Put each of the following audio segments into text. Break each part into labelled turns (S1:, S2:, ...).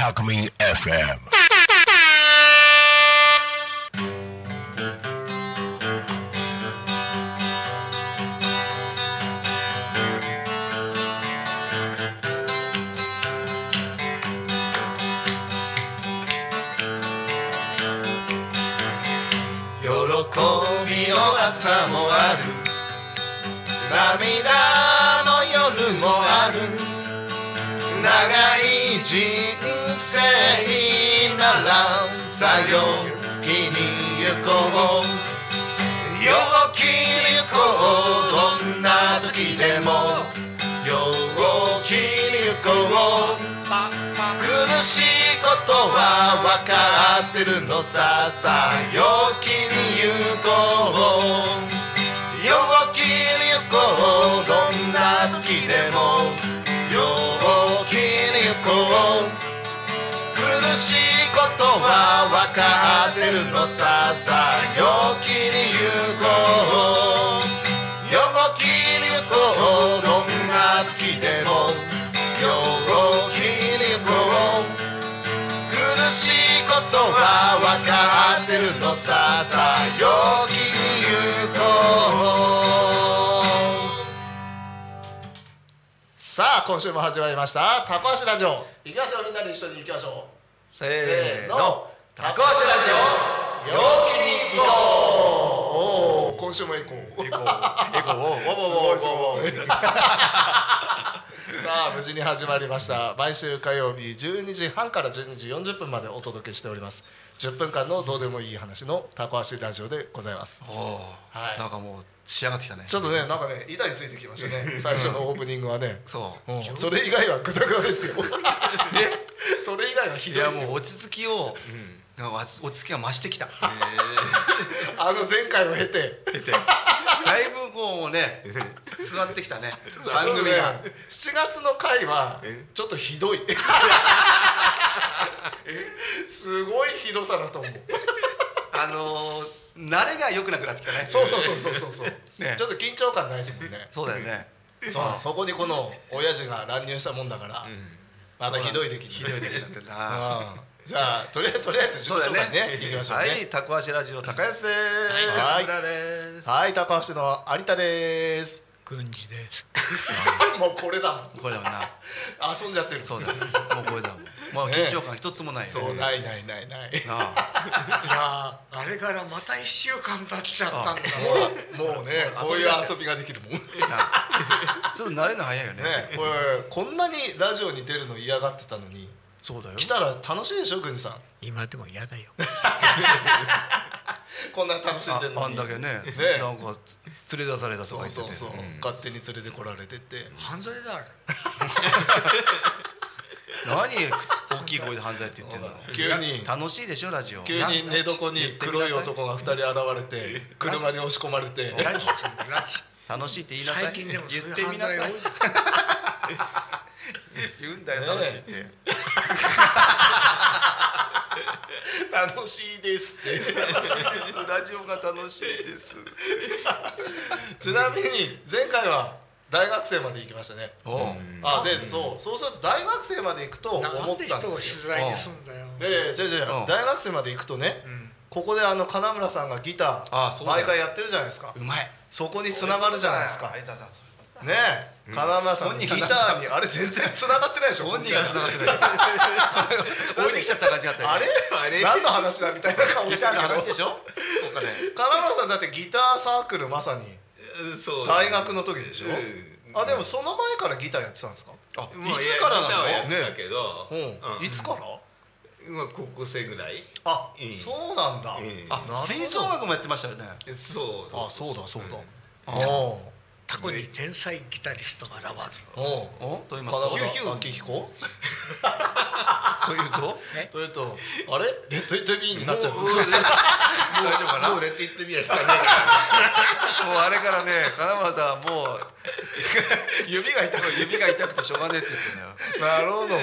S1: Alchemy FM.
S2: 喜びの朝もある涙の夜もある長い人生ならさよきに行こう陽気に行こうどんな時でも陽気に行こう苦しいことは分かってるのささあ陽気に行こう陽気に行こうどんな時でも陽気に行こう苦しいことは分かってるのささあ陽気に行こう陽気に行こうどんな時でも陽気に行こう苦しいことは分かってるのささあ陽気に行こうさあ今週も始まりましたタコ足ラジオいきますよみんなで一緒に行きましょう
S3: せ
S2: せー
S3: ーの
S2: のタコ足ラジオ陽気に行こうおー今週も行こう
S3: エコーエコーウォーウォーウォーウォー
S2: す
S3: ウォーウォー
S2: さあ無事に始まりました毎週火曜日12時半から12時40分までお届けしております10分間のどうでもいい話のタコ足ラジオでございます
S3: おー
S2: はい
S3: なんかもう仕上がってきたね
S2: ちょっとねなんかね板についてきました ね最初のオープニングはね
S3: そう
S2: うん それ以外はグダグダです よ それ以外はひ
S3: い
S2: どい
S3: や
S2: ですよ
S3: もう落ち着きをなんかわ落ち着きが増してきた
S2: あの前回を経て
S3: 出てだいぶこ うね座ってきたね番組
S2: あ
S3: が
S2: のね7月の回はちょっとひどい すごいひどさだと思う
S3: あのー慣れが良くなくなってきたね
S2: そうそうそうそう そうそう、
S3: ね
S2: ちょっと緊張感ないですもんね
S3: そうだよね
S2: そうそこにこの親父が乱入したもんだから、またひどい出来に
S3: ひどい出来になってんだ
S2: うんじゃあとりあえずとりあえず自己紹介ねいきましょうね
S3: はい、タコ足ラジオ高安です。
S2: はい
S3: 村です。
S2: はい、高橋の有田です軍事です もうこれだもん
S3: これだもんな。
S2: 遊んじゃってる
S3: そうだ。もうこれだ もん。もう緊張感一つもないよね。
S2: そうないないないない
S3: なあ。
S4: いやーあれからまた1週間経っちゃったんだ
S2: もうもうねこういう遊びができるもんね
S3: ちょっと慣れるの早いよね。
S2: これこんなにラジオに出るの嫌がってたのに
S3: そうだよ
S2: 来たら楽しいでしょ軍事さん
S4: 今でも嫌だよ
S2: こんな楽しん
S3: あ
S2: でるのに
S3: あんだけね
S2: ね
S3: なんかつ連れ出されたとか
S2: そう
S3: 言ってて
S2: そうそう、勝手に連れてこられてって
S4: 犯罪だあれ
S3: 何大きい声で犯罪って言ってんだろ
S2: 急に
S3: 楽しいでしょラジオ
S2: 急に寝床に黒い男が2人現れて車に押し込まれて
S4: ラジラジ
S3: 楽しいって言いなさい
S4: 最近で
S3: 言っ
S4: もそういう
S3: てみ
S4: 犯
S3: なさ
S4: 罪多い
S3: い言うんだよ楽しいって
S2: 楽しいですって
S3: ラジオが楽しい です
S2: ちなみに前回は大学生まで行きましたね
S3: お
S2: あでそうそうすると大学生まで行くと 思
S4: な
S2: っ
S4: んで
S2: た
S4: 人
S2: んで
S4: を取
S2: すよ
S4: 材にすんだよ
S2: いやいやじゃあじゃあ
S3: うん
S2: 大学生まで行くとねここであの金村さんがギタ
S3: あ
S2: ー
S3: そうだ
S2: 毎
S3: よ
S2: 回やってるじゃないですか
S3: うまい
S2: そこに繋がるじゃないですか
S3: 有田さんそういうこ
S2: ねえ金村さんのギターにあれ全然繋がってないでしょ本人が
S3: と繋がってない 置いてきちゃった感じがあったよ
S2: あれ何の話だみたいな顔
S3: み
S2: して
S3: た
S2: る
S3: い
S2: け
S3: な
S2: ど
S3: 話でしょお金
S2: 金村さんだってギターサークルまさに
S5: そう
S2: 大学の時でしょ、
S5: うん
S2: あでもその前からギターやってたんですか、
S3: あ
S5: まあい
S2: いつからなの
S5: やギターはやってたけど、
S2: うん、いつから
S5: うんまあ高校生ぐらい
S2: あ、
S5: うん
S2: そうなんだ、
S5: うん
S2: なるほど
S3: あ吹奏楽もやってましたよね
S5: えそう
S2: あそうだそうだ、
S3: うん
S2: おう
S4: タコに天才ギタリストが現れる
S2: おう
S3: おと言います
S2: 金
S3: と
S2: 村
S3: ヒューヒュー
S2: 明彦
S3: というと
S2: というとあれレッド・イット・ビーンになっちゃう
S3: もうもう大丈夫かな
S5: も
S3: もう
S5: うレッドイットビアしかね
S3: あれからね金村さんもう
S2: 指が痛い
S3: 指が痛くてしょうがねえって言ってんだよ
S2: なるほど、
S3: う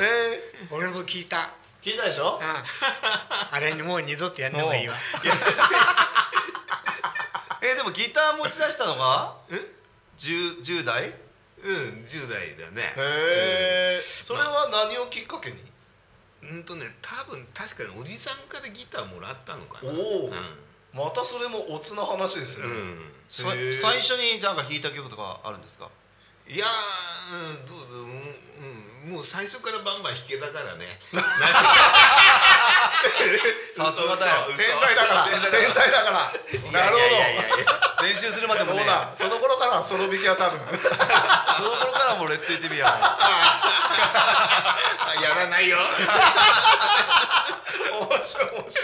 S2: え
S4: 俺も聞い た
S2: ー、 聞いたでしょ
S4: うんあれにもう二度とやんでもいいわ
S3: えでもギター持ち出したのが 10, 10代
S5: えからうん10代だね
S2: へえそれは何をきっかけに
S3: うんとね多分確かにおじさんからギターもらったのか
S2: お
S3: な
S2: お、
S3: うん
S2: またそれもおつな話ですね、
S3: う
S5: さ
S2: へー
S5: 最初になんか弾いた曲とかあるんですか
S3: んいやーうんどううんうんもう最初からバンバン弾けたか らね
S2: さすがだよ
S3: 嘘嘘
S2: 天才だから天才だからなる
S3: いやいやいやいや
S2: ほど練習するまでもねその頃からソロ弾きは多分その頃からもうレッドイテビア
S3: あやらないよ
S2: 面白い面白い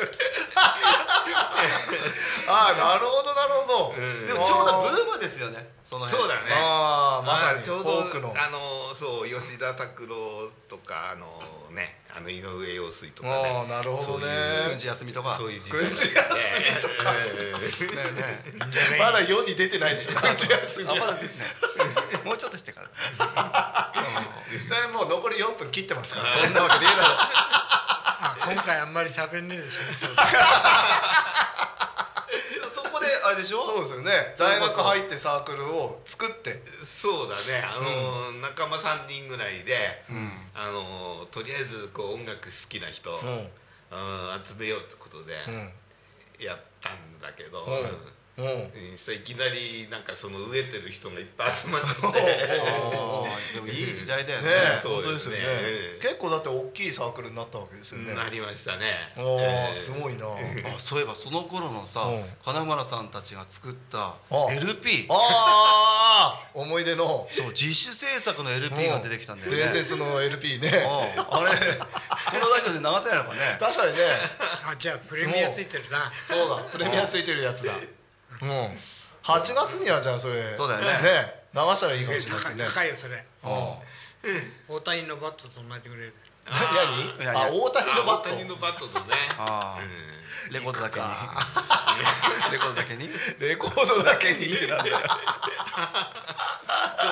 S2: ああなるほどなるほど、
S3: うん
S5: でもちょうどブームですよねその辺
S3: そうだね
S2: ああまさ
S3: あ
S2: に
S3: ちょう
S2: フ
S3: ど
S2: ォークの
S3: あのそう吉田拓郎とかあのねあの井上陽水とか
S2: ああ
S3: ね
S2: なるほどね
S5: 軍事休みとか
S3: そういう時
S2: 軍事休みとか、
S5: だよね
S2: まだ世に出てないでしょ 軍事休み
S5: あ
S2: は
S5: まだ出てないもうちょっとしてから
S2: それもう残り4分切ってますから
S5: そんなわけねえだろ
S4: あ今回あんまり喋んねえです よそう
S5: そこであれでし
S2: そう
S5: ょ
S2: ですよね大学入ってサークルを作って
S3: そうだねあの、仲間3人ぐらいで、あのとりあえずこう音楽好きな人、
S2: うん
S3: うん集めようってことでやったんだけど、
S2: んうんうん
S3: うんそしたらいきなりなんかその飢えてる人がいっぱい集まってて
S5: でもいい時代だよね
S2: ねえ
S3: そう
S2: 本当
S3: で
S2: です
S3: す
S2: よ
S3: ね
S2: ね結構だって大きいサークルになったわけですよね
S3: なりましたね。
S2: あ
S3: え
S2: ー
S3: ー
S2: すごいな
S5: あそういえばその頃のさ
S2: うん
S5: 金村さんたちが作った
S2: あ
S5: LP
S2: あー思い出の
S5: そう自主制作の LP が出てきたんだよね
S2: 伝説の LP ね
S5: うんあれこのラジオで流せないのかね
S2: 確かにね
S4: あじゃあプレミアついてるな
S2: そうだプレミアついてるやつだうん8月にはじゃあそれ
S5: そうだよね
S2: 流したらいいかもしれないです
S4: 高い
S2: ね
S4: 高いよそれ
S5: う
S4: 大谷のバットと同じぐらい
S3: あー
S2: 何あ大谷のバ
S3: あ
S2: ッ
S3: 大谷
S2: ト
S3: のバットとね。
S5: あんレコードだけにレコードだけにでも
S2: レコードだけにね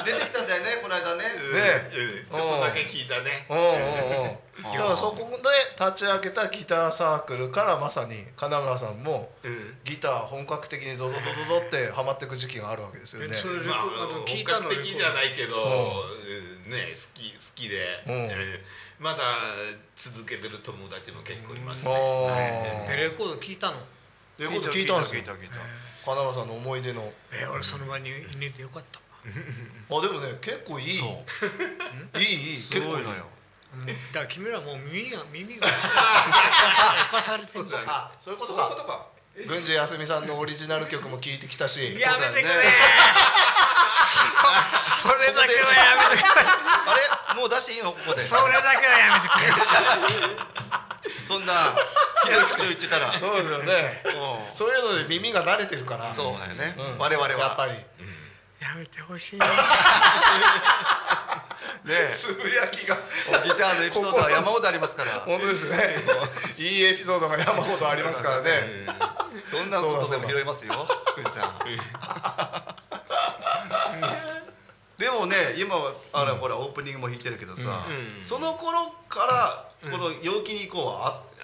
S5: 出てきたんだよねこの間ね
S3: うんちょっとだけ聞いたね。
S2: うんうんうん、だからそこで立ち上げたギターサークルからまさに金村さんも
S3: うん
S2: ギター本格的にドドドドドってハマっていく時期があるわけですよね
S4: で。それレコ
S3: まあ、
S4: あの聞
S3: 本
S4: いた
S3: 格
S4: のレコ
S3: 的じゃ
S4: ー
S3: ないけど、うんね好き好きで、
S2: うん
S3: えーまだ続けてる友達も結構います
S2: あ
S3: ね。
S4: ド
S2: あ
S4: でレコード聞いたの
S2: レコード聞いたんです
S5: 聞い
S2: よ
S5: た聞いた
S2: 金村さんの思い出のあ
S4: え俺その場にいねえでよかった
S2: でもね結構いいいい
S5: そ
S2: いい
S5: すごいのよ
S4: うんだから君らもう耳が耳が侵されてるから
S2: あそういうことか
S3: とか。
S2: 郡司康美さんのオリジナル曲も聴いてきたし
S4: やめてくれ
S5: そうだよね
S4: そそれだけはやめてくれ
S5: あれもう出していいのここで
S4: それだけはやめてくれ
S5: そんなひどい口を言って たら
S2: そうですよね
S5: う
S2: そういうので耳が慣れてるから
S5: んそうだよね
S2: うん
S5: 我々は
S2: やっぱり
S4: やめてほしいな
S5: ね
S2: つぶやきが
S5: ギターのエピソードは山ほどありますから
S2: 本当ですね いいエピソードが山ほどありますからね
S5: どんなことでも拾いますよ富士山でもね今はあれほらオープニングも弾いてるけどさ
S3: うん
S5: その頃からこの「陽気に行こう」はあ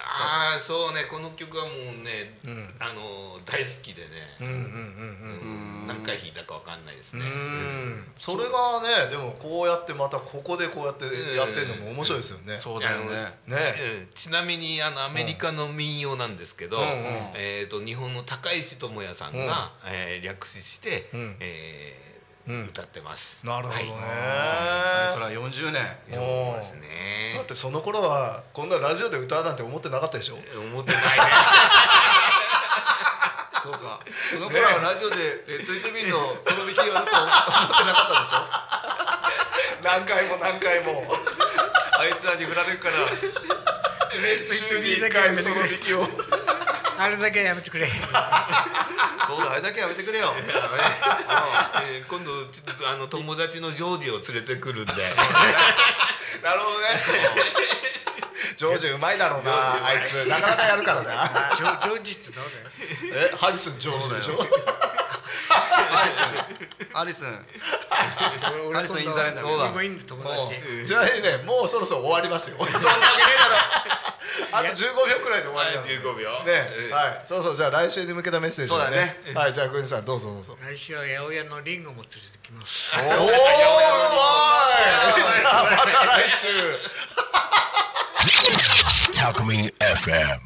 S3: ああそうねこの曲はもうね、
S2: ん
S3: あの大好きでね、
S2: うんうんうん
S3: うん何回弾いたかわかんないです
S2: う
S3: ね。
S2: んうんそれがねでもこうやってまたここでこうやってやってるのも面白いですよね
S5: そ
S2: ね
S3: ちちなみにあのアメリカの民謡なんですけど、
S2: うんうん
S3: えー、と日本の高石智也さんが、
S2: うん
S3: えー略詞して、
S2: うん
S3: えー
S2: うん
S3: 歌ってます。
S2: なるほどね
S5: それは40年
S3: はい、そうですね
S2: だっ。てその頃はこんなラジオで歌うなんて思ってなかったでしょ
S3: 思ってないね。
S5: そうかその頃はラジオで「レッド・イット・ビー」のその引きはずっと思ってなかったでしょ
S2: 何回も何回も
S5: あいつらに振られるから
S2: 週に1回その引きを
S4: あれだけはやめてくれ
S5: そうだあれだけやめてくれよ
S3: えー今度ちょっとあの友達のジョージを連れてくるんで。
S2: なるほど ねジョージうまいだろうなあいつなかなかやるからな
S5: 아,
S4: ジョジョージって誰だよ
S2: えハリスンジョージでしょ
S5: そアリスンアリスン
S4: 俺
S5: アリソンインザレンダー
S4: 今度今いいんだ友達
S2: うんじゃあねもうそろそろ終わりますよあと15
S5: そんなわけねえだろ
S2: 秒くらいで終わり
S3: はい
S2: なのね
S3: 15秒。
S5: 네.
S2: はいそうそうじゃあ来週に向けたメッセージを
S5: そうだね
S2: はいじゃあ郡司さんどうぞどうぞ
S4: 来週は八百屋のリンゴも連れてきます
S2: おおうまいじゃあまた来週
S1: Talk Me FM